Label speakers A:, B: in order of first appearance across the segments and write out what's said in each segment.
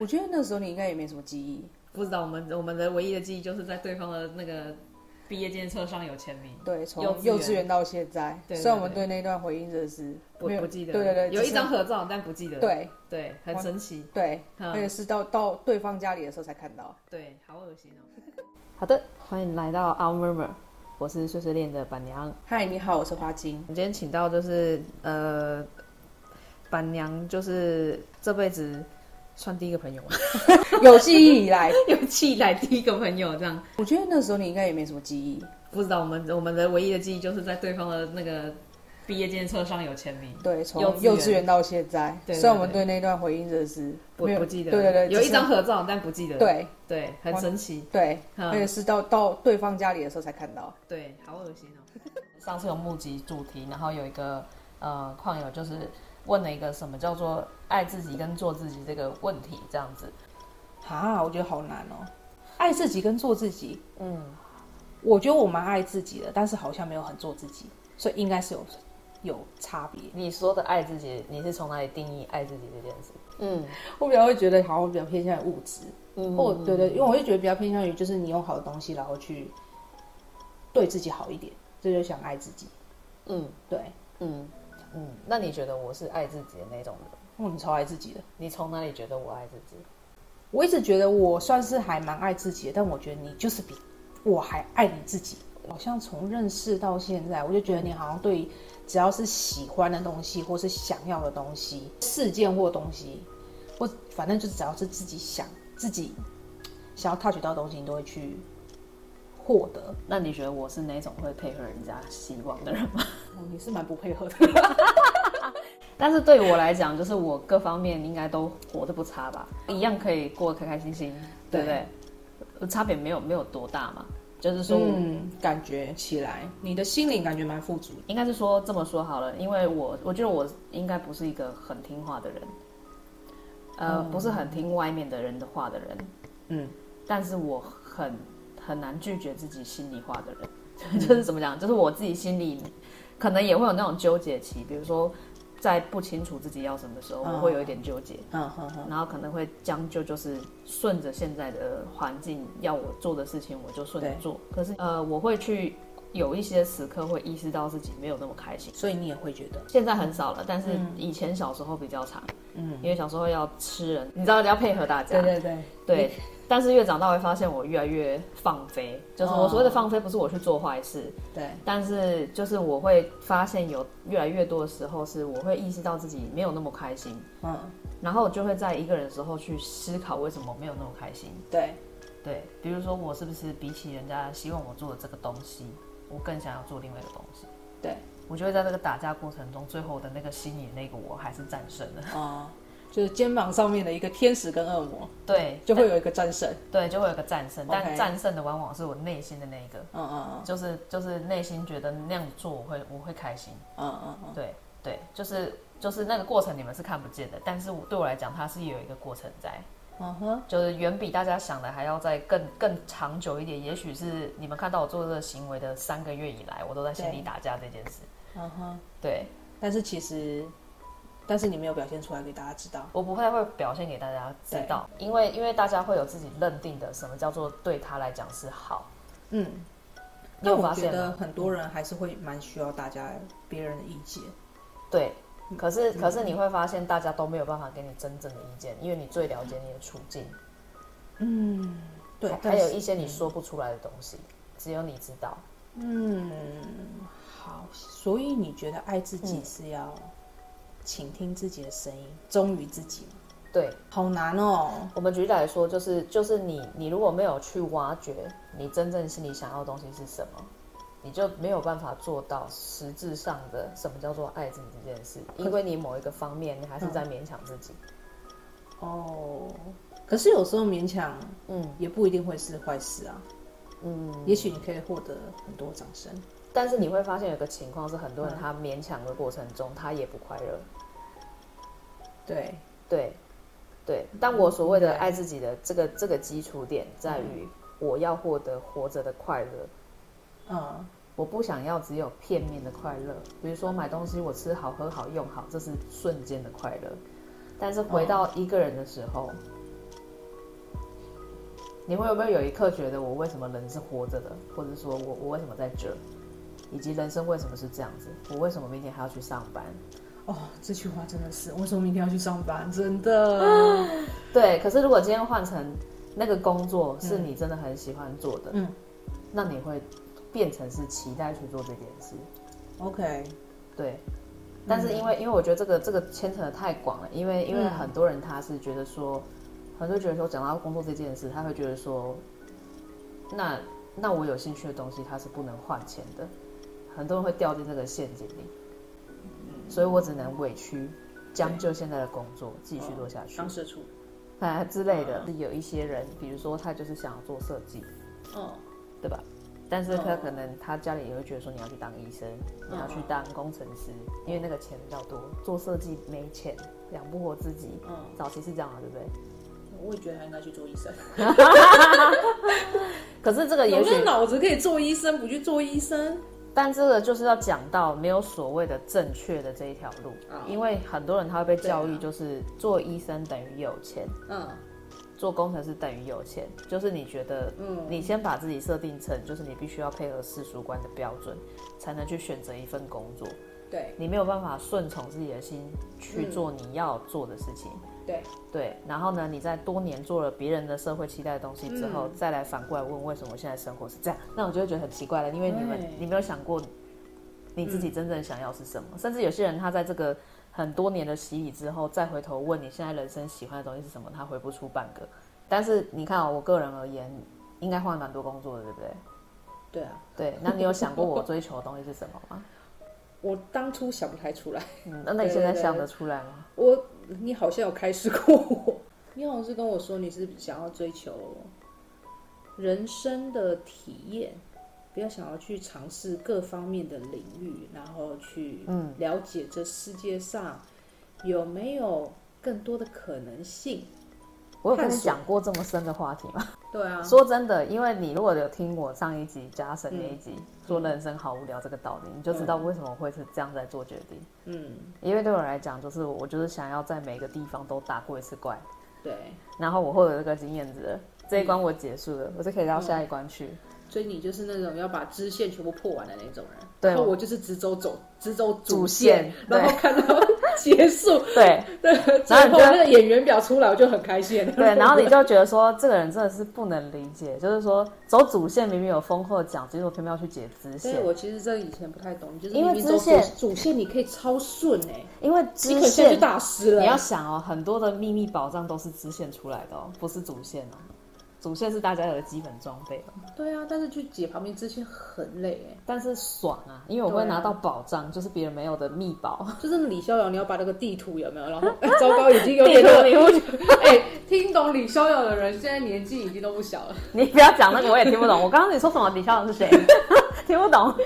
A: 我觉得那时候你应该也没什么记忆。
B: 不知道我们我们的唯一的记忆就是在对方的那个毕业纪念册上有签名，
A: 对，从
B: 幼稚园
A: 幼稚园到现在，
B: 对对
A: 虽然我们对那段回忆真的是
B: 我
A: 没有
B: 不记得，
A: 对对对，
B: 有一张
A: 只是
B: 合照，但不记得，
A: 对
B: 对，很神奇，
A: 对，
B: 嗯
A: 而且是到到对方家里的时候才看到。
B: 对，好恶心哦。好的，欢迎来到 Our Murmur，我是碎碎恋的板娘。
A: 嗨，你好，我是花金。
B: 我们今天请到就是呃，板娘就是这辈子算第一个朋友嘛，
A: 有记忆以来，
B: 有记忆来第一个朋友这样。
A: 我觉得那时候你应该也没什么记忆。
B: 不知道我们我们的唯一的记忆就是在对方的那个毕业纪念册上有签名，
A: 对，从
B: 幼稚园
A: 幼稚园到现在，
B: 对对
A: 虽然我们对那段回忆真的是
B: 不
A: 没有
B: 不记得，
A: 对对对，
B: 有
A: 只
B: 一
A: 是
B: 张合照，但不记得，
A: 对
B: 对，很神奇，
A: 对，
B: 嗯
A: 而且是到到对方家里的时候才看到。
B: 对，好恶心哦。
C: 上次有募集主题，然后有一个呃矿友就是问了一个什么叫做爱自己跟做自己这个问题，这样子。
D: 啊，我觉得好难哦。爱自己跟做自己，
C: 嗯，
D: 我觉得我蛮爱自己的，但是好像没有很做自己，所以应该是有有差别。
C: 你说的爱自己，你是从哪里定义爱自己这件事？嗯
D: 我比较会觉得，好，我比较偏向于物质，
C: 嗯
D: 或对对，因为我会觉得比较偏向于就是你用好的东西，然后去对自己好一点，这就想爱自己。
C: 嗯
D: 对，
C: 嗯嗯，那你觉得我是爱自己的那种人？
D: 我哦你超爱自己的。
C: 你从哪里觉得我爱自己？
D: 我一直觉得我算是还蛮爱自己的，但我觉得你就是比我还爱你自己。好像从认识到现在，我就觉得你好像对只要是喜欢的东西，或是想要的东西、事件或东西，或反正就是只要是自己想、自己想要 touch 到的东西，你都会去获得。
C: 那你觉得我是哪种会配合人家希望的人吗？
D: 哦，你是蛮不配合的。
C: 但是对我来讲，就是我各方面应该都活得不差吧，一样可以过得开开心心，对不对？差别没有没有多大嘛，就是说，
D: 嗯，感觉起来嗯你的心灵感觉蛮富足的。
C: 应该是说这么说好了，因为我我觉得我应该不是一个很听话的人，呃，不是很听外面的人的话的人，
D: 嗯，
C: 但是我很很难拒绝自己心里话的人， 就是怎么讲，就是我自己心里可能也会有那种纠结期，比如说在不清楚自己要什么的时候，我会有一点纠结。
D: 嗯哼哼，
C: 然后可能会将就，就是顺着现在的环境要我做的事情，我就顺着
D: 对
C: 做。可是呃，我会去有一些时刻会意识到自己没有那么开心。
D: 所以你也会觉得，
C: 现在很少了，但是以前小时候比较常，嗯，因为小时候要吃人，你知道要配合大家，
D: 对，
C: 对但是越长大会发现我越来越放飞，就是我所谓的放飞，不是我去做坏事，
D: 对，
C: 但是就是我会发现有越来越多的时候是我会意识到自己没有那么开心，
D: 嗯，
C: 然后我就会在一个人的时候去思考为什么没有那么开心。
D: 对，
C: 对，比如说我是不是比起人家希望我做的这个东西，我更想要做另外一个东西？
D: 对，
C: 我就会在这个打架过程中，最后的那个心里的那个我还是战胜了。
D: 啊、就是肩膀上面的一个天使跟恶魔，
C: 对，
D: 就会有一个战神。
C: 对，就会有个战胜，但
D: 嗯 OK
C: 战胜的往往是我内心的那一个，
D: 嗯嗯
C: 就是就是内心觉得那样子做我会我会开心。
D: 嗯嗯嗯
C: 对对，就是就是那个过程你们是看不见的，但是我对我来讲它是有一个过程在。
D: 嗯哼，
C: 就是远比大家想的还要再更更长久一点。也许是你们看到我做这个行为的三个月以来，我都在心里
D: 对
C: 打架这件事。
D: 嗯哼。
C: 对
D: 但是其实，但是你没有表现出来给大家知道。
C: 我不太会表现给大家知道，因为因为大家会有自己认定的什么叫做对他来讲是好。
D: 嗯，
C: 你有
D: 但
C: 发
D: 我觉
C: 现
D: 得
C: 吗？
D: 很多人还是会蛮需要大家别人的意见。
C: 对，
D: 嗯
C: 可是可是你会发现大家都没有办法给你真正的意见，因为你最了解你的处境，
D: 嗯，对
C: 还，
D: 但
C: 哦还有
D: 是
C: 一些你说不出来的东西，只有你知道。
D: 嗯，好，所以你觉得爱自己是要倾听自己的声音，忠于自己吗，
C: 对，
D: 好难哦。
C: 我们举例来说，就是就是你你如果没有去挖掘你真正心里想要的东西是什么，你就没有办法做到实质上的什么叫做爱自己这件事，因为你某一个方面你还是在
D: 嗯
C: 勉强自己。
D: 哦，可是有时候勉强
C: 嗯
D: 也不一定会是坏事啊。
C: 嗯，
D: 也许你可以获得很多掌声。
C: 但是你会发现有个情况是，很
D: 嗯
C: 多人他勉强的过程中，他也不快乐。
D: 对，
C: 对，对。
D: 嗯
C: 但我所谓的爱自己的这个这个基础点，在于我要获得活着的快乐。
D: 嗯，
C: 我不想要只有片面的快乐，比如说买东西我吃好喝好用好，这是瞬间的快乐。但是回到一个人的时候，你会有没有有一刻觉得我为什么人是活着的，或者说我我为什么在这，以及人生为什么是这样子？我为什么明天还要去上班？
D: 哦，这句话真的是，为什么明天要去上班？真
C: 啊
D: 的，
C: 对，可是如果今天换成那个工作是你真的很喜欢做的，
D: 嗯，
C: 那你会变成是期待去做这件事，
D: OK，
C: 对。但是因为、因为我觉得这个这个牵扯的太广了，因为因为
D: 嗯
C: 很多人他是觉得说，很多人觉得说讲到工作这件事，他会觉得说，那那我有兴趣的东西它是不能换钱的，很多人会掉进这个陷阱里，所以我只能委屈将就现在的工作继续做下去。
D: 当社畜，
C: 啊 之类的。是有一些人，比如说他就是想要做设计，
D: 嗯，
C: 对吧？但是他
D: 嗯
C: 可能他家里也会觉得说你要去当医生，你要去当工程师，因为那个钱比较多。做设计没钱，养不活自己。
D: 嗯
C: 早期是这样的，对不对？
D: 我也觉得他应该去做医生。
C: 可是这个也
D: 有
C: 许
D: 这个脑子可以做医生，不去做医生？
C: 但这个就是要讲到没有所谓的正确的这一条路，
D: 哦
C: 因为很多人他会被教
D: 对
C: 育，
D: 啊
C: 就是做医生等于有钱，
D: 嗯
C: 做工程师等于有钱，就是你觉得，
D: 嗯
C: 你先把自己设定成，就是你必须要配合世俗观的标准，才能去选择一份工作。
D: 对
C: 你没有办法顺从自己的心去做你要做的事情。
D: 对
C: 对，然后呢，你在多年做了别人的社会期待的东西之后，再来反过来问为什么我现在生活是这样，那我就会觉得很奇怪了，因为你们
D: 对
C: 你没有想过你自己真正想要是什么，甚至有些人他在这个很多年的洗礼之后，再回头问你现在人生喜欢的东西是什么，他回不出半个。但是你看啊、我个人而言，应该换蛮多工作的，对不对？
D: 对啊！
C: 对，那你有想过我追求的东西是什么吗？
D: 我当初想不太出来，
C: 嗯，那那你现在想得出来吗？
D: 我你好像有开示过我， 你好像是跟我说你是想要追求人生的体验，不要想要去尝试各方面的领域，然后去
C: 嗯
D: 了解这世界上有没有更多的可能性。
C: 我有跟你
D: 探索
C: 讲过这么深的话题吗？
D: 对啊，
C: 说真的，因为你如果有听我上一集加深那一集、说人生好无聊这个道理，你就知道为什么我会是这样在做决定。
D: 嗯，
C: 因为对我来讲，就是我就是想要在每个地方都打过一次怪，
D: 对，
C: 然后我会有这个经验值了，这一关我结束了，我就可以到下一关去。
D: 所以你就是那种要把支线全部破完的那种人。
C: 对
D: 然后我就是直走走，直走
C: 主
D: 哦主
C: 线
D: 线，
C: 对
D: 然后看到结束，
C: 对
D: 对，最
C: 然后你就
D: 后那个演员表出来，我就很开心。
C: 对，然 后你就觉得说这个人真的是不能理解，就是说走主线明明有丰厚的奖，结果偏偏要去解支
D: 所以
C: 线，
D: 我其实这以前不太懂，就是
C: 因为
D: 明明走
C: 支线
D: 主主线你可以超顺哎、
C: 因为
D: 你
C: 支
D: 可现在
C: 线
D: 就大师了。欸
C: 你要想哦，很多的秘密宝藏都是支线出来的哦，不是主线哦。主线是大家有的基本装备哦，
D: 对啊，但是去解旁边支线很累哎、
C: 但是爽啊，因为我会
D: 对啊
C: 拿到宝藏，就是别人没有的秘宝。
D: 就是李逍遥，你要把那个地图有没有？ 然后、哎糟糕，已经有
C: 地
D: 点
C: 图迷雾，
E: 哎、听懂李逍遥的人，现在年纪已经都不小了。
C: 你不要讲那个，我也听不懂。我刚刚你 说什么？李逍遥是谁？听不懂。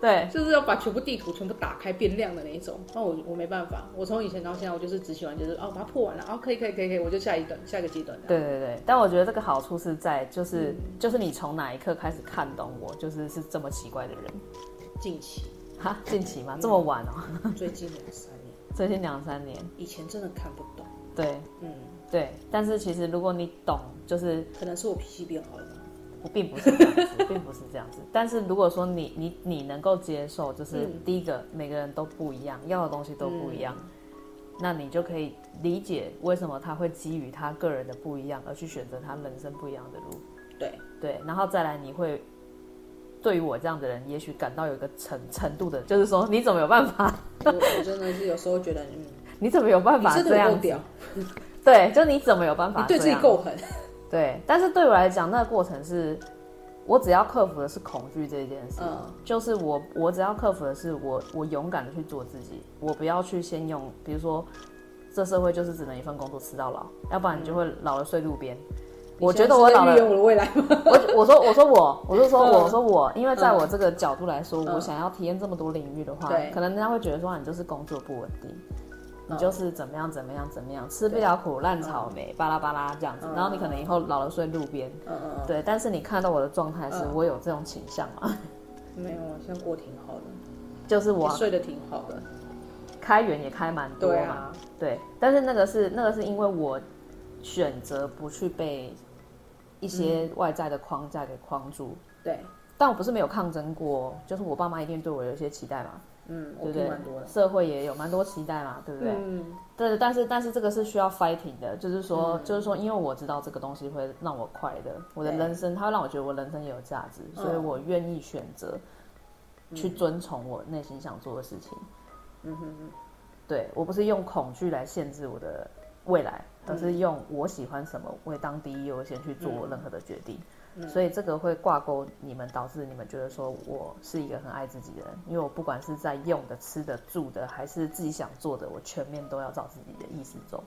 C: 对，
D: 就是要把全部地图全部打开变亮的那一种。那我我没办法，我从以前到现在，我就是只喜欢就是哦把它破完了，哦可以可以可以可以，我就下一段下一个阶段。
C: 对对对，但我觉得这个好处是在，就是、就是你从哪一刻开始看懂我，就是是这么奇怪的人
D: 近期
C: 哈，近期吗？这么晚哦，
D: 最近两三年，
C: 最近两三年，
D: 以前真的看不懂，
C: 对
D: 嗯，
C: 对。但是其实如果你懂，就是
D: 可能是我脾气变好了吧。
C: 不并不是这样子，并不是这样子。但是如果说你你你能够接受，就是
D: 嗯
C: 第一个、每个人都不一样，要的东西都不一样，
D: 嗯
C: 那你就可以理解为什么他会基于他个人的不一样而去选择他人生不一样的路。
D: 对
C: 对，然后再来你会。对于我这样的人，也许感到有一个程程度的，就是说，你怎么有办法？
D: 我我真的是有时候觉得，嗯，
C: 你怎么有办
D: 你
C: 法
D: 真
C: 这
D: 的有
C: 样
D: 够
C: 子？
D: 屌，
C: 对，就你怎么有办法
D: 你对自己
C: 这样
D: 够狠。
C: 对，但是对我来讲，那个过程是，我只要克服的是恐惧这件事，
D: 嗯
C: 就是我我只要克服的是我我勇敢的去做自己，我不要去先用，比如说这社会就是只能一份工作吃到老，要不然你就会老了睡路边。 我觉得我老
D: 嗯你现在是在预
C: 了，
D: 言我的未来 吗？
C: 我我说我说我，我就说我
D: 嗯
C: 我说我，因为在我这个角度来说，
D: 嗯
C: 我想要体验这么多领域的话，
D: 对嗯
C: 可能人家会觉得说啊你就是工作不稳定，你就是怎么样怎么样怎么样，吃不了苦烂草莓，巴拉巴拉这样子，
D: 嗯
C: 然后你可能以后老了睡路边，
D: 嗯嗯
C: 对，但是你看到我的状态是
D: 嗯
C: 我有这种倾向嘛，
D: 嗯，没有，我现在过得挺好的，
C: 就是我
D: 也睡得挺好的。
C: 开源也开蛮多
D: 对
C: 嘛
D: 啊，，
C: 对，但是那个是那个是因为我选择不去被一些
D: 嗯
C: 外在的框架给框住。
D: 对，
C: 但我不是没有抗争过哦，就是我爸妈一定对我有一些期待嘛，
D: 嗯，
C: 对
D: 我
C: 不
D: 听
C: 对
D: 蛮多？的，
C: 社会也有蛮多期待嘛，对不对？
D: 嗯，
C: 对，但是但是这个是需要 fighting 的，就是说、就是说，因为我知道这个东西会让我快乐，我的
D: 对
C: 人生它会让我觉得我人生也有价值，所以我愿意选择
D: 嗯
C: 去遵从我内心想做的事情。嗯哼对我不是用恐惧来限制我的未来，而
D: 嗯
C: 是用我喜欢什么为当第一优先去做我任何的决定。所以这个会挂钩你们，导致你们觉得说我是一个很爱自己的人，因为我不管是在用的、吃的、住的，还是自己想做的，我全面都要照自己的意识走，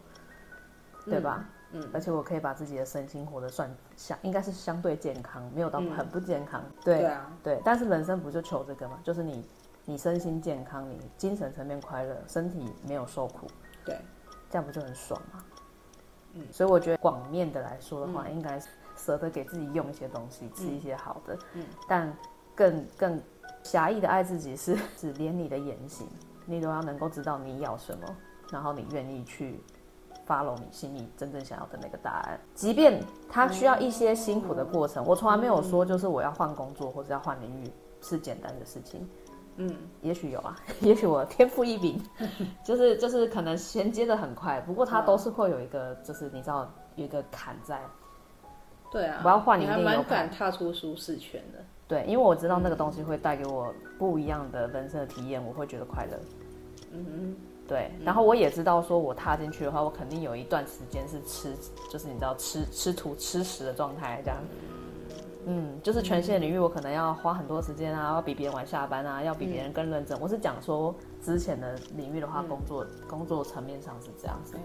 C: 对吧？嗯，而且我可以把自己的身心活得算相，应该是相对健康，没有到很不健康。嗯对
D: 对啊，
C: 对，但是人生不就求这个嘛？就是你，你身心健康，你精神层面快乐，身体没有受苦，
D: 对，
C: 这样不就很爽吗？嗯，所以我觉得广面的来说的话，应该舍得给自己用一些东西，吃一些好的，嗯，但更更狭义的爱自己是 指连你的言行，你都要能够知道你要什么，然后你愿意去 follow 你心里真正想要的那个答案，即便它需要一些辛苦的过程。我从来没有说就是我要换工作或者要换领域是简单的事情。
D: 嗯，
C: 也许有啊， 也许我天赋异禀， 就是就是可能衔接的很快，不过它都是会有一个，就是你知道有一个坎在，
D: 对啊，
C: 我要换你
D: 你还
C: 另一
D: 蛮
C: 个
D: 敢踏出舒适圈的，
C: 对，因为我知道那个东西会带给我不一样的人生的体验，我会觉得快乐。
D: 嗯
C: 对，然后我也知道，说我踏进去的话，我肯定有一段时间是吃，就是你知道吃吃土吃食的状态这样。嗯，就是权限领域，我可能要花很多时间啊，要比别人晚下班啊，要比别人更认真。我是讲说之前的领域的话，工作工作层面上是这样子
D: 哼，，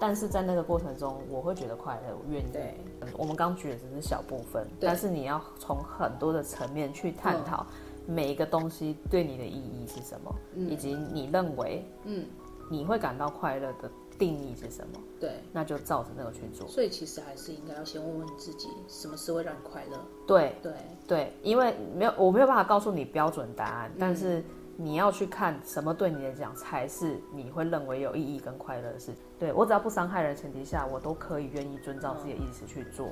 C: 但是在那个过程中，我会觉得快乐，我愿意。
D: 对，
C: 我们刚举的只是小部分，
D: 对嗯
C: 但是你要从很多的层面去探讨每一个东西对你的意义是什么，以及你认为
D: 嗯，
C: 你会感到快乐的定义是什么，
D: 对，
C: 那就照着那个去做。
D: 所以其实还是应该要先问问自己，什么事会让你快乐？
C: 对
D: 对，
C: 对，因为没有我没有办法告诉你标准答
D: 嗯
C: 案，但是你要去看什么对你来讲才是你会认为有意义跟快乐的事。对我只要不伤害人的前提下，我都可以愿意遵照自己的意识去做，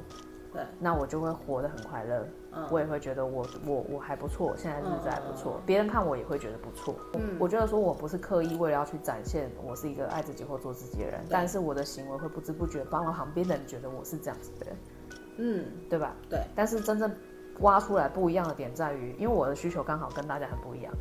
D: 对，
C: 那我就会活得很快乐。
D: 嗯，
C: 我也会觉得我我我还不错，现在日子还不错，别人看我也会觉得不错。嗯，我觉得说我不是刻意为了要去展现我是一个爱自己或做自己的人，但是我的行为会不知不觉帮我旁边的人觉得我是这样子的人，
D: 嗯，
C: 对吧？
D: 对。
C: 但是真正挖出来不一样的点在于，因为我的需求刚好跟大家很不一样，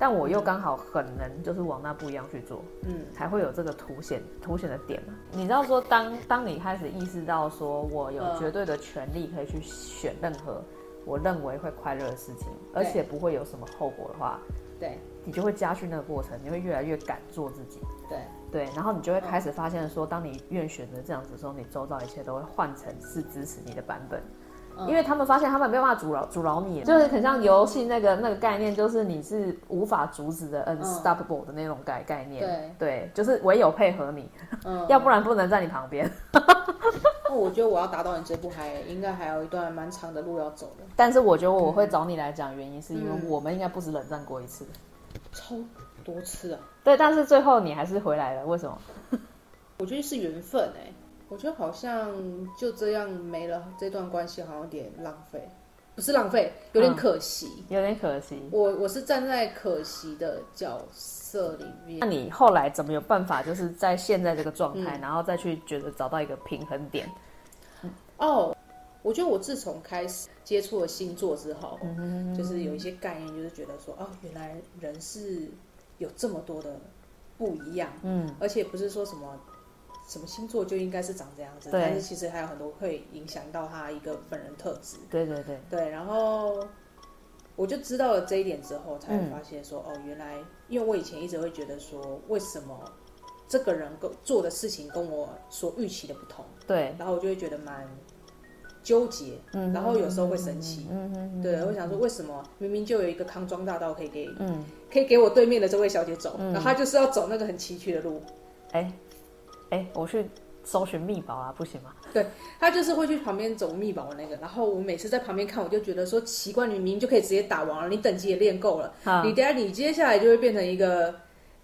C: 但我又刚好很能就是往那不一样去做，
D: 嗯，
C: 才会有这个凸显凸显的点啊嘛。你知道说当，当你开始意识到说我有
D: 嗯
C: 绝对的权利可以去选任何我认为会快乐的事情，
D: 对
C: 而且不会有什么后果的话，
D: 对，
C: 你就会加剧那个过程，你会越来越敢做自己。
D: 对，
C: 对，然后你就会开始发现说，当你越选择这样子的时候，你周遭一切都会换成是支持你的版本。因为他们发现他们没有办法阻挠阻挠你，嗯就是很像游戏那个那个概念，就是你是无法阻止的 unstoppable 的那种概概念。嗯对，就是唯有配合你，
D: 嗯，
C: 要不然不能在你旁边。
D: 那我觉得我要达到你这步，还应该还有一段蛮长的路要走的，
C: 但是我觉得我会找你来讲，原因是因为我们应该不止冷战过一次。
D: 超多次啊！
C: 对，但是最后你还是回来了，为什么？
D: 我觉得是缘分哎、我觉得好像就这样没了，这段关系好像有点浪费，不是浪费，有点可惜。
C: 有点可惜。
D: 我我是站在可惜的角色里面
C: 那，你后来怎么有办法，就是在现在这个状态，然后再去觉得找到一个平衡点？
D: 哦，我觉得我自从开始接触了星座之后，
C: 嗯
D: 就是有一些概念，就是觉得说，哦，原来人是有这么多的不一样，嗯，而且不是说什么什么星座就应该是长这样子，
C: 对
D: 但是其实还有很多会影响到他一个本人特质，
C: 对对对，
D: 对，然后我就知道了这一点之后，才
C: 嗯
D: 发现说，哦，原来因为我以前一直会觉得说，为什么这个人跟做的事情跟我所预期的不同。
C: 对，
D: 然后我就会觉得蛮纠结，
C: 嗯
D: 然后有时候会生气，
C: 嗯哼，
D: 对，我想说为什么明明就有一个康庄大道可以给
C: 嗯，
D: 可以给我对面的这位小姐走，然后她就是要走那个很崎岖的路，
C: 哎哎，我去搜寻密宝啊，不行吗？
D: 她就是会去旁边走密保的那个，然后我每次在旁边看，我就觉得说奇怪，你明明就可以直接打完了，你等级也练够了，
C: 啊
D: 你等下你接下来就会变成一个。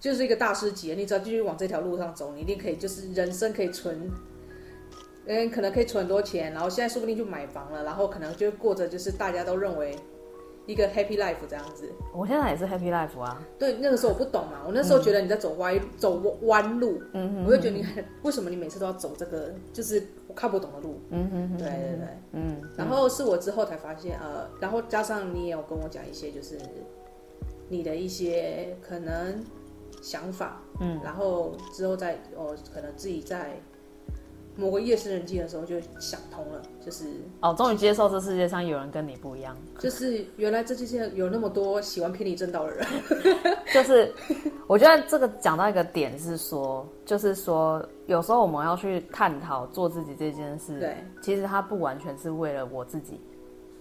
D: 就是一个大师级，你只要继续往这条路上走，你一定可以，就是人生可以存嗯，可能可以存很多钱，然后现在说不定就买房了，然后可能就过着就是大家都认为一个 happy life 这样子。
C: 我现在也是 happy life 啊，
D: 对，那个时候我不懂嘛，
C: 嗯
D: 我那时候觉得你在走歪、走弯路，嗯，我就觉得你很为什么你每次都要走这个就是我看不懂的路，
C: 嗯哼哼，
D: 对对对。
C: 嗯，
D: 然后是我之后才发现，呃，然后加上你也有跟我讲一些，就是你的一些可能想法，嗯，然后之后再哦，可能自己在某个夜深人静的时候就想通了，就是
C: 哦，终于接受这世界上有人跟你不 一样，
D: 就是原来这世界有那么多喜欢偏离正道的人，
C: 就是我觉得这个讲到一个点是说，就是说有时候我们要去探讨做自己这件事，
D: 对，
C: 其实它不完全是为了我自己。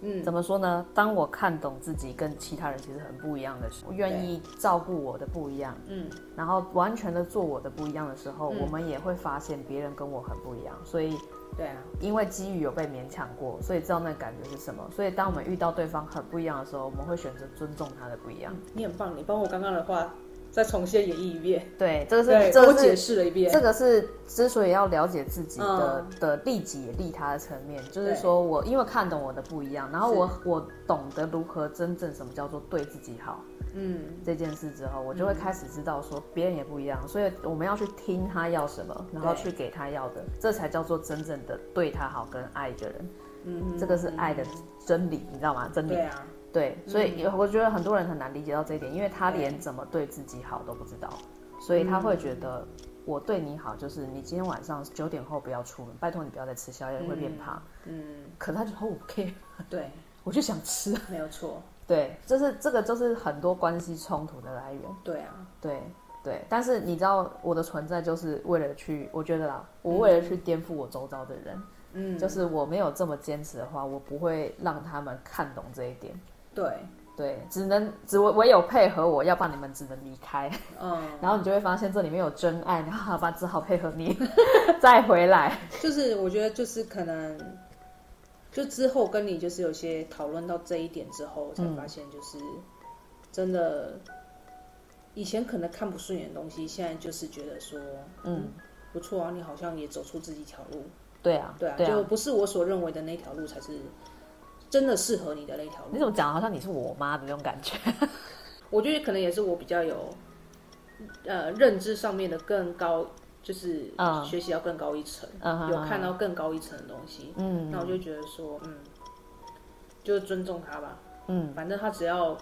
D: 嗯，
C: 怎么说呢？当我看懂自己跟其他人其实很不一样的时候，我愿意照顾我的不一样，
D: 嗯，
C: 然后完全的做我的不一样的时候，我们也会发现别人跟我很不一样。所以，
D: 对啊，
C: 因为机遇有被勉强过，所以知道那感觉是什么。所以，当我们遇到对方很不一样的时候，我们会选择尊重他的不一样。
D: 你很棒，你帮我刚刚的话再重新演绎一遍，
C: 对，这个
D: 对
C: 是，
D: 我
C: 这
D: 解
C: 个是
D: 释了一遍，
C: 这个是之所以要了解自己的、的利己也利他的层面，就是
D: 嗯对
C: 说我因为看懂我的不一样，然后
D: 是
C: 我我懂得如何真正什么叫做对自己好。
D: 嗯，
C: 这件事之后，我就会开始知道说别人也不一样，所以我们要去听他要什么，然后去给他要的，这才叫做真正的对他好跟爱一个人。嗯，这个是爱的真理，你知道吗？真理
D: 对。啊，
C: 对，所以我觉得很多人很难理解到这一点，因为他连怎么对自己好都不知道，所以他
D: 嗯
C: 会觉得我对你好就是你今天晚上九点后不要出门，拜托你不要再吃宵夜，呃会变胖。
D: 嗯，
C: 可他就说我不 care，
D: 对，
C: 我就想吃。
D: 没有错，
C: 对，就是这个就是很多关系冲突的来源。
D: 对啊，
C: 对对，但是你知道我的存在就是为了去，我觉得啦，我为了去颠覆我周遭的人，
D: 嗯，
C: 就是我没有这么坚持的话，我不会让他们看懂这一点。
D: 对，
C: 对，只能只唯唯有配合我，要不然你们只能离开，
D: 嗯。
C: 然后你就会发现这里面有真爱，然后好吧，只好配合你 再回来。
D: 就是我觉得就是可能，就之后跟你就是有些讨论到这一点之后，
C: 嗯
D: 才发现就是真的，以前可能看不顺眼的东西，现在就是觉得说，
C: 嗯，
D: 不错啊，你好像也走出自己一条路，
C: 对啊，
D: 对啊，
C: 对
D: 就
C: 啊。
D: 不是我所认为的那条路才是真的适合你的那条
C: 你
D: 路。
C: 怎么讲？好像你是我妈的那种感觉。
D: 我觉得可能也是我比较有，呃，认知上面的更高，就是
C: 嗯
D: 学习要更高一层。
C: 嗯哼，
D: 有看到更高一层的东西，
C: 嗯
D: 那我就觉得说，嗯，就尊重他吧，
C: 嗯
D: 反正他只要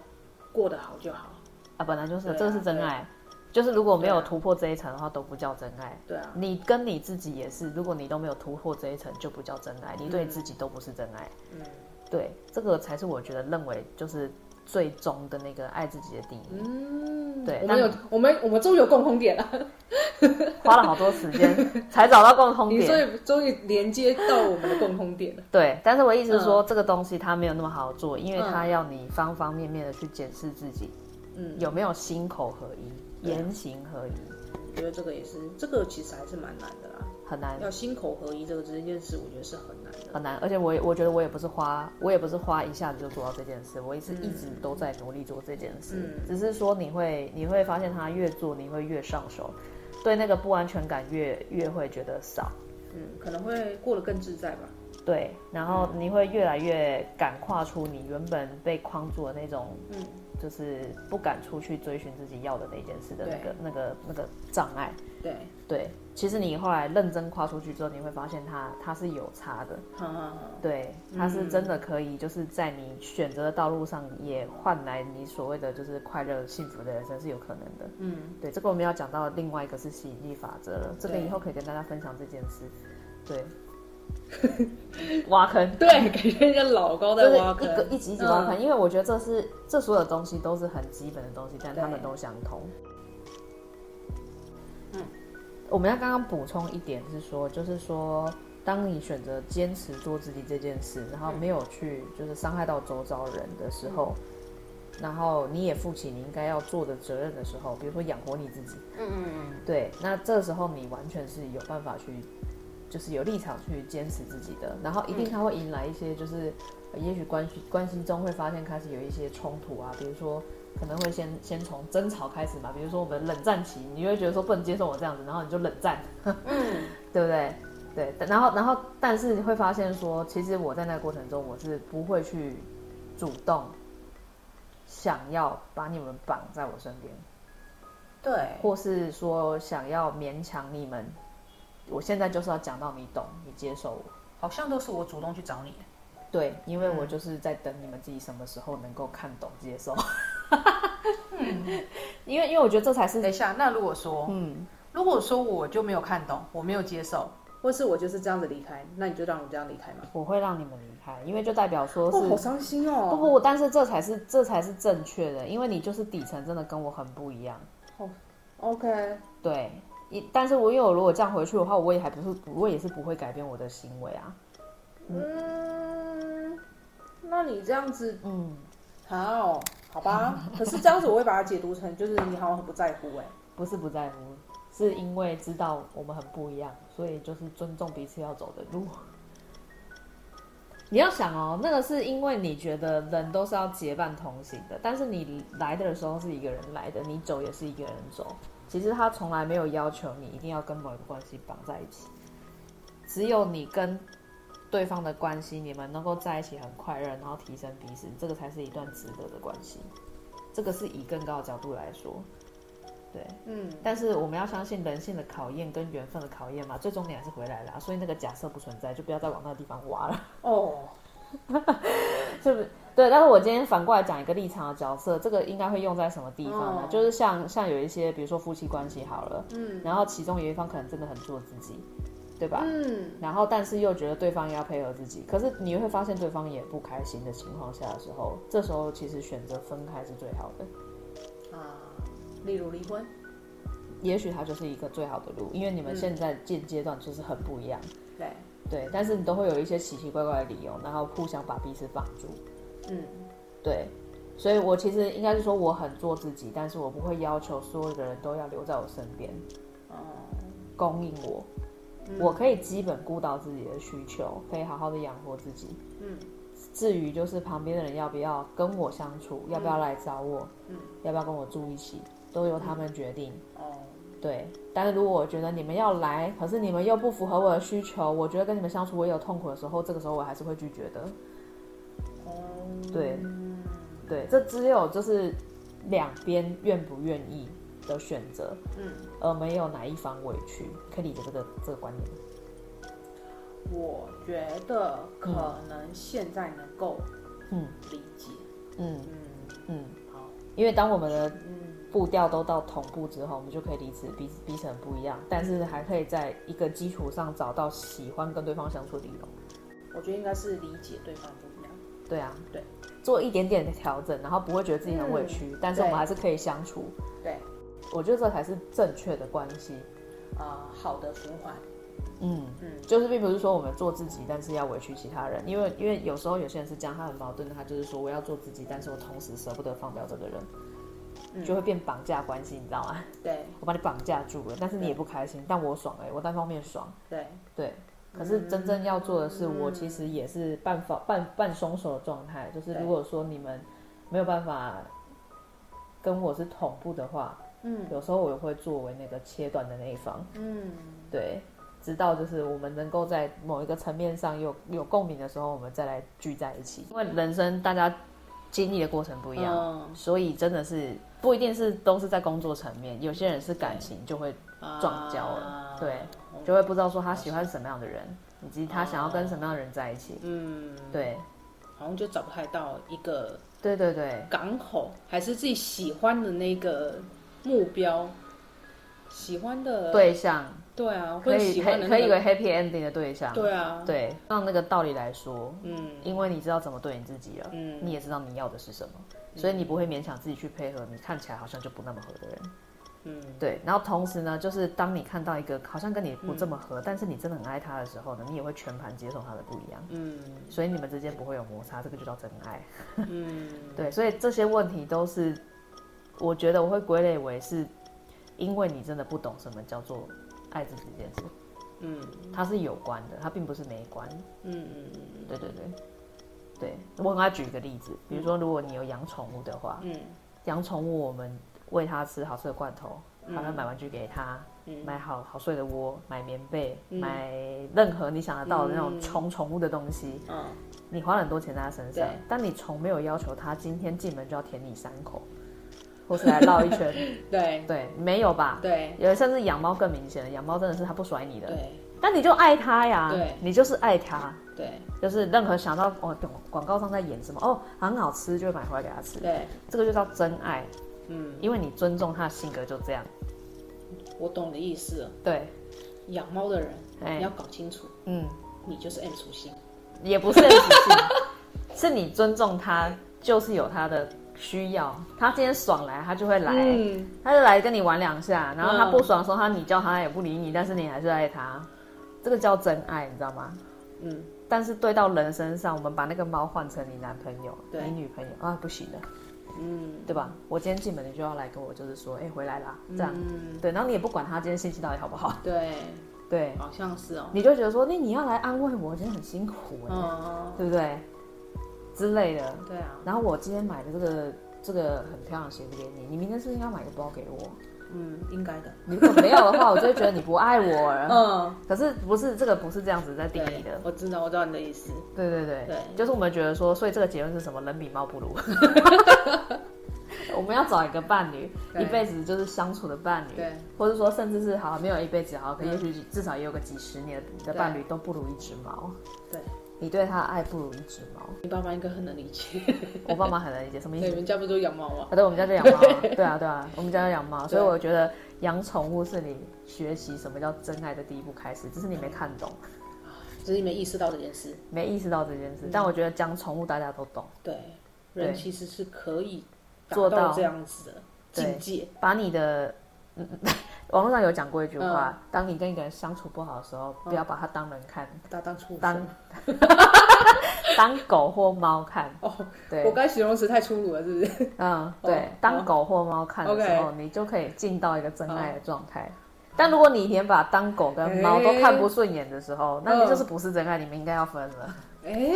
D: 过得好就好，
C: 啊，本来就是，
D: 对啊
C: 这个是真
D: 对
C: 爱。就是如果没
D: 对
C: 有
D: 啊
C: 突破这一层的话，都不叫真爱。
D: 对啊，
C: 你跟你自己也是，如果你都没有突破这一层，就不叫真爱，你对自己都不是真爱。
D: 嗯
C: 对，这个才是我觉得认为就是最终的那个爱自己的定义。
D: 嗯，
C: 对
D: 我
C: 但
D: 们有我们我们终于有共同点了，
C: 花了好多时间才找到共通
D: 你终
C: 点。
D: 于终于连接到我们的共同点了，
C: 对，但是我意思是
D: 嗯
C: 说，这个东西它没有那么好做，因为它要你方方面面的去检视自己
D: 嗯，
C: 有没有心口合一、言行合一，
D: 我觉得这个也是，这个其实还是蛮难的啦，
C: 很难
D: 要心口合一这个这件事，我觉得是很难的，
C: 很难。而且我也我觉得我也不是花，我也不是花一下子就做到这件事，我一直、一直都在努力做这件事。
D: 嗯
C: 只是说你会你会发现，它越做你会越上手，对那个不安全感越越会觉得少。
D: 嗯，可能会过得更自在吧，
C: 对，然后
D: 嗯
C: 你会越来越敢跨出你原本被框住的那种，
D: 嗯，
C: 就是不敢出去追寻自己要的那件事的那个那个那个障碍。
D: 对，
C: 对，其实你后来认真跨出去之后，你会发现它它是有差的。
D: 好好好，
C: 对，它是真的可以，就是在你选择的道路上，也换来你所谓的就是快乐、幸福的人生是有可能的。
D: 嗯，
C: 对，这个我们要讲到另外一个是吸引力法则了，这个
D: 对
C: 以后可以跟大家分享这件事。 对，挖坑，
D: 对，感觉人家老高
C: 就
D: 在
C: 是
D: 挖
C: 一个
D: 坑，
C: 一级一级挖
D: 嗯
C: 坑，因为我觉得这是这所有东西都是很基本的东西，但他们
D: 对
C: 都相同。
D: 嗯，
C: 我们要刚刚补充一点是说，就是说，当你选择坚持做自己这件事，然后没有去就是伤害到周遭人的时候，
D: 嗯
C: 然后你也负起你应该要做的责任的时候，比如说养活你自己，
D: 嗯嗯嗯，
C: 对，那这时候你完全是有办法去，就是有立场去坚持自己的，然后一定他会迎来一些，就是、呃也许关系关系中会发现开始有一些冲突啊，比如说可能会先先从争吵开始 嘛，比如说我们冷战期，你就会觉得说不能接受我这样子，然后你就冷战，嗯，对不对？对，但然后然后但是你会发现说，其实我在那个过程中，我是不会去主动想要把你们绑在我身边，
F: 对，
C: 或是说想要勉强你们。我现在就是要讲到你懂，你接受我。
F: 好像都是我主动去找你，
C: 对，因为
D: 嗯
C: 我就是在等你们自己什么时候能够看懂、接受。
D: 嗯
C: 因为因为我觉得这才是
F: 等一下，那如果说，
C: 嗯，
F: 如果说我就没有看懂，我没有接受，
D: 或是我就是这样子离开，那你就让我这样离开嘛。
C: 我会让你们离开，因为就代表说
D: 哦，好
C: 是。
D: 伤心
C: 不
D: 哦。
C: 不，但是这才是这才是正确的，因为你就是底层真的跟我很不一样，
D: OK，
C: 对。一但是我因为我如果这样回去的话，我也还不是我也是不会改变我的行为啊，
D: 嗯，那你这样子
C: 嗯，
D: 好，好 吧。可是这样子我会把它解读成就是你好像很不在乎哎、
C: 不是不在乎，是因为知道我们很不一样，所以就是尊重彼此要走的路。你要想哦，那个是因为你觉得人都是要结伴同行的，但是你来的时候是一个人来的，你走也是一个人走。其实他从来没有要求你一定要跟某一个关系绑在一起，只有你跟对方的关系，你们能够在一起很快乐，然后提升彼此，这个才是一段值得的关系。这个是以更高的角度来说，对。
D: 嗯，
C: 但是我们要相信人性的考验跟缘分的考验嘛，最终你还是回来了啊、所以那个假设不存在，就不要再往那个地方挖了，
D: 哦，
C: 是不是？对，但是我今天反过来讲一个立场的角色，这个应该会用在什么地方呢？
D: 哦
C: 就是像像有一些，比如说夫妻关系好了，
D: 嗯
C: 然后其中有一方可能真的很做自己，对吧？
D: 嗯，
C: 然后但是又觉得对方也要配合自己，可是你会发现对方也不开心的情况下的时候，这时候其实选择分开是最好的。
D: 啊，例如离婚，
C: 也许它就是一个最好的路，因为你们
D: 嗯
C: 现在现阶段就是很不一样。
D: 对，
C: 对，但是你都会有一些奇奇怪怪的理由，然后互相把彼此绑住。
D: 嗯
C: 对，所以我其实应该是说我很做自己，但是我不会要求所有的人都要留在我身边，
D: 哦
C: 供应我。
D: 嗯
C: 我可以基本顾到自己的需求，可以好好的养活自己。
D: 嗯
C: 至于就是旁边的人要不要跟我相处，要不要来找我，
D: 嗯
C: 要不要跟我住一起，都由他们决定。
D: 哦，
C: 对，但是如果我觉得你们要来，可是你们又不符合我的需求，我觉得跟你们相处我也有痛苦的时候，这个时候我还是会拒绝的。
D: 哦，
C: 对对，这只有就是两边愿不愿意的选择，
D: 嗯，
C: 而没有哪一方委屈，可以理解这个这个观点吗。
D: 我觉得可能现在能够
C: 嗯
D: 理解，
C: 嗯
D: 嗯，
C: 嗯，
D: 好，
C: 因为当我们的
D: 嗯
C: 步调都到同步之后，我们就可以彼此彼此彼此很不一样，但是还可以在一个基础上找到喜欢跟对方相处的理由。
D: 我觉得应该是理解对方不一样，
C: 对啊，
D: 对，
C: 做一点点的调整，然后不会觉得自己很委屈，但是我们
D: 对
C: 还是可以相处。
D: 对，
C: 我觉得这才是正确的关系。
D: 啊、好的循环，
C: 嗯，
D: 嗯
C: 就是并不是说我们做自己，但是要委屈其他人，因为因为有时候有些人是这样，他很矛盾的，他就是说我要做自己，但是我同时舍不得放掉这个人，
D: 嗯
C: 就会变绑架关系，你知道吗？
D: 对
C: 我把你绑架住了，但是你
D: 对
C: 也不开心，但我爽哎、我单方面爽，
D: 对，
C: 对。可是真正要做的是，
D: 嗯
C: 我其实也是半放半半松手的状态，就是
D: 对
C: 如果说你们没有办法跟我是同步的话，
D: 嗯
C: 有时候我也会作为那个切断的那一方，
D: 嗯
C: 对，直到就是我们能够在某一个层面上有有共鸣的时候，我们再来聚在一起。因为人生大家经历的过程不一样，
D: 嗯
C: 所以真的是不一定是都是在工作层面，有些人是感情就会撞交了，
D: 啊
C: 对，就会不知道说他喜欢什么样的人，以及他想要跟什么样的人在一起。
D: 嗯，
C: 对，
D: 好像就找不太到一个
C: 对对对，
D: 港口，还是自己喜欢的那个目标，喜欢的
C: 对象
D: 对啊，
C: 可
D: 会
C: 以
D: 喜
C: 可
D: 欢
C: 以
D: 的
C: 可
D: 那
C: 以为
D: 个
C: happy ending 的对象。
D: 对啊，
C: 对，让那个道理来说，
D: 嗯
C: 因为你知道怎么对你自己了，
D: 嗯
C: 你也知道你要的是什么，所以你不会勉强自己去配合你看起来好像就不那么合的人。
D: 嗯
C: 对，然后同时呢，就是当你看到一个好像跟你不
D: 嗯
C: 这么合，但是你真的很爱他的时候呢，你也会全盘接受他的不一样，
D: 嗯
C: 所以你们之间不会有摩擦，这个就叫真爱。
D: 嗯，
C: 对，所以这些问题都是，我觉得我会归类为是，因为你真的不懂什么叫做爱自己这件事，
D: 嗯
C: 它是有关的，它并不是没关。
D: 嗯嗯
C: 对对对，对我很爱举一个例子，比如说如果你有养宠物的话，
D: 嗯
C: 养宠物我们喂它吃好吃的罐头，好像买玩具给他，
D: 嗯
C: 买好好睡的窝，买棉被，买任何你想得到的那种宠宠物的东西，
D: 嗯，
C: 你花了很多钱在他身上
D: 对，
C: 但你从没有要求他今天进门就要舔你三口，或是来绕一圈，
D: 对
C: 对，没有吧？
D: 对
C: 有甚至养猫更明显了，养猫真的是它不甩你的，
D: 对
C: 但你就爱它呀，
D: 对
C: 你就是爱它，
D: 对
C: 就是任何想到哦广广告上在演什么哦很好吃就会买回来给它吃，
D: 对，
C: 这个就叫真爱，
D: 嗯，
C: 因为你尊重它的性格就这样，
D: 我懂你的意思了。
C: 对，
D: 养猫的人，
C: 哎
D: 你要搞清楚，
C: 嗯，
D: 你就是 M 属性。
C: 也不是很仔细， 是你尊重它，就是有它的需要，它今天爽来它就会来。
D: 嗯，
C: 他就来跟你玩两下，然后他
D: 嗯
C: 不爽的时候，他你叫他他也不理你，但是你还是爱他，这个叫真爱，你知道吗？
D: 嗯，
C: 但是对到人身上，我们把那个猫换成你男朋友、
D: 对
C: 你女朋友啊，不行的，
D: 嗯，
C: 对吧？我今天进门，你就要来跟我，就是说，哎、回来啦，这样，对，然后你也不管他今天心情到底好不好，
D: 嗯对，
C: 对，
D: 好像是哦。
C: 你就觉得说，那你要来安慰我，我今天很辛苦、哎、
D: 嗯，
C: 对不对？之类的。
D: 对啊，
C: 然后我今天买的这个这个很漂亮的鞋子给你，你明天是不是应该买个包给我？
D: 嗯，应该的。
C: 你如果没有的话，我就会觉得你不爱我了。
D: 嗯，
C: 可是不是这个不是这样子在定义
D: 对
C: 的，，
D: 我知道，我知道你的意思。
C: 对对对，
D: 对
C: 就是我们觉得说，所以这个结论是什么？人比 猫不如。我们要找一个伴侣，
D: 对
C: 一辈子就是相处的伴侣，
D: 对，
C: 或者说甚至是好没有一辈子好，可
D: 嗯
C: 也许至少也有个几十年的的
D: 对
C: 伴侣都不如一只猫。
D: 对，
C: 你对他的爱不如一只猫。
D: 你爸妈应该很能理解。
C: 我爸妈很能理解什么意
D: 对，
C: 思
D: 你？们家不是都养猫吗？
C: 啊，对，我们家就养猫啊，对啊，对啊，我们家就养猫，所以我觉得养宠物是你学习什么叫真爱的第一步开始，只是你没看懂，
D: 只是你没意识到这件事。
C: 没意识到这件事。
D: 嗯
C: 但我觉得讲宠物大家都懂，
D: 对，
C: 对
D: 人其实是可以达
C: 做到
D: 到这样子的
C: 对
D: 境界。
C: 把你的， 嗯，网络上有讲过一句
D: 嗯
C: 话，当你跟一个人相处不好的时候，不要把他当人看，
D: 搭档畜
C: 当
D: 生。
C: 当狗或猫看，
D: 哦，我
C: 对，
D: 该形容词太粗鲁了，是不是？
C: 嗯，对
D: 哦，
C: 当狗或猫看的时候，
D: OK 哦
C: 你就可以进到一个真爱的状态。但如果你连把当狗跟猫都看不顺眼的时候，那你就是不是真爱，你们应该要分了，
D: 哎，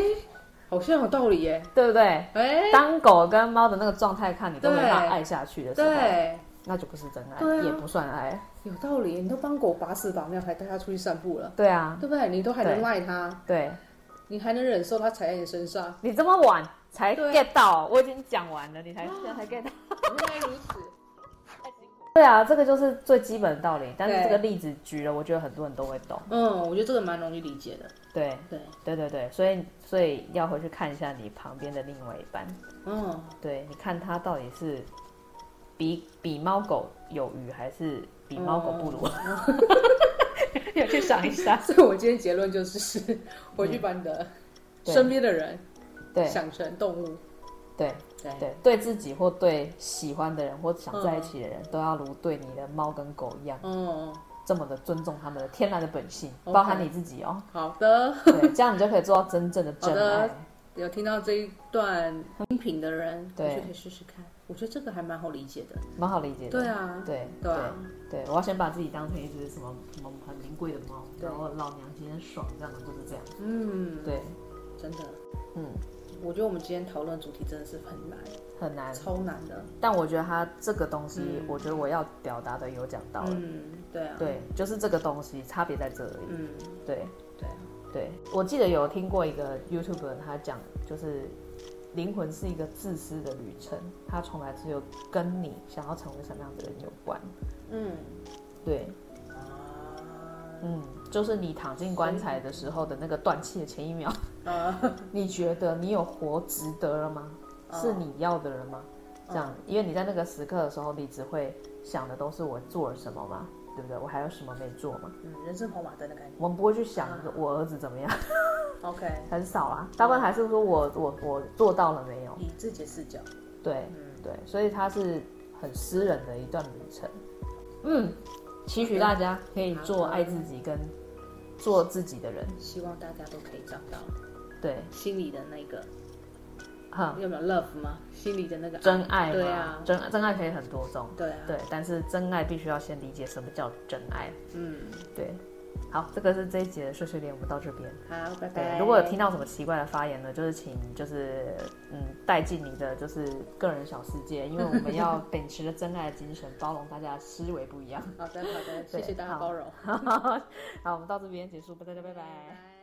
D: 好像有道理耶。
C: 对不对？
D: 哎，
C: 当狗跟猫的那个状态看你都没办法
D: 对
C: 爱下去的时候，
D: 对，
C: 那就不是真爱，
D: 对啊
C: 也不算爱。
D: 有道理。你都帮狗把屎把尿，还带它出去散步了，
C: 对啊，
D: 对不对？你都还
C: 对
D: 能赖它，
C: 对
D: 你还能忍受它踩在你身上，
C: 你这么晚才
D: 对
C: get 到，我已经讲完了，你才才 get 到。
D: 原来如此。
C: 啊对啊，这个就是最基本的道理。但是
D: 对
C: 这个例子举了，我觉得很多人都会懂。
D: 嗯，我觉得这个蛮容易理解的。
C: 对，
D: 对，
C: 对对对，所以所以要回去看一下你旁边的另外一半，
D: 嗯，
C: 对，你看他到底是比比猫狗有余，还是比猫狗不如？ 要去想一下。
D: 所以我今天结论就是， 回去把你的
C: 嗯对
D: 身边的人
C: 对
D: 想成动物。
C: 对
D: 对
C: 对，对自己或对喜欢的人或想在一起的人，都要如对你的猫跟狗一样，
D: 嗯，
C: 这么的尊重他们的天然的本性，
D: OK
C: 包含你自己哦。
D: 好的。
C: 对， 这样你就可以做到真正的真
D: 好的
C: 爱。
D: 有听到这一段音频的人，
C: 对
D: 回去可以试试看。我觉得这个还蛮好理解的。
C: 蛮好理解的。
D: 对啊，
C: 对
D: 对啊，
C: 对，我要先把自己当成一只什么什么很名贵的猫，
D: 对
C: 然后老娘今天爽，这样的就是这样。
D: 嗯，
C: 对，
D: 真的，
C: 嗯，
D: 我觉得我们今天讨论的主题真的是很难，
C: 很难。
D: 超难的。
C: 但我觉得它这个东西，
D: 嗯
C: 我觉得我要表达的有讲到了。
D: 嗯，对啊，，
C: 对，就是这个东西差别在这里。
D: 嗯，
C: 对
D: 对啊，
C: 对，我记得有听过一个 YouTube 他讲，就是灵魂是一个自私的旅程，它从来只有跟你想要成为什么样的人有关。
D: 嗯，
C: 对，
D: 啊
C: 嗯，就是你躺进棺材的时候的那个断气的前一秒，
D: 啊，
C: 你觉得你有活值得了吗？
D: 哦
C: 是你要的了吗？
D: 啊
C: 这样，因为你在那个时刻的时候，你只会想的都是我做了什么嘛，对不对？我还有什么没做嘛？
D: 嗯，人生跑马灯的感觉。
C: 我们不会去想
D: 啊
C: 我儿子怎么样，
D: OK，
C: 很少啦，大部分还是说我我我做到了没有？
D: 以自己的视角，
C: 对
D: 嗯
C: 对，所以它是很私人的一段旅程。嗯，期许大家可以做爱自己跟做自己的人。
D: 希望大家都可以找到
C: 对，
D: 心里的那个，
C: 哈、
D: 有没有 love 吗？心里的那个
C: 真爱嘛，
D: 对啊
C: 真真爱可以很多种，
D: 对啊，
C: 对，但是真爱必须要先理解什么叫真爱，
D: 嗯，
C: 对，好，这个是这一集的碎碎念，我们到这边。
D: 好，拜拜。
C: 对，如果有听到什么奇怪的发言呢，就是请就是嗯带进你的就是个人小世界，因为我们要秉持着真爱的精神，包容大家的思维不一样。
D: 好的好的，谢谢大家
C: 好
D: 包容，
C: 好，我们到这边结束，大家拜拜。
D: 拜。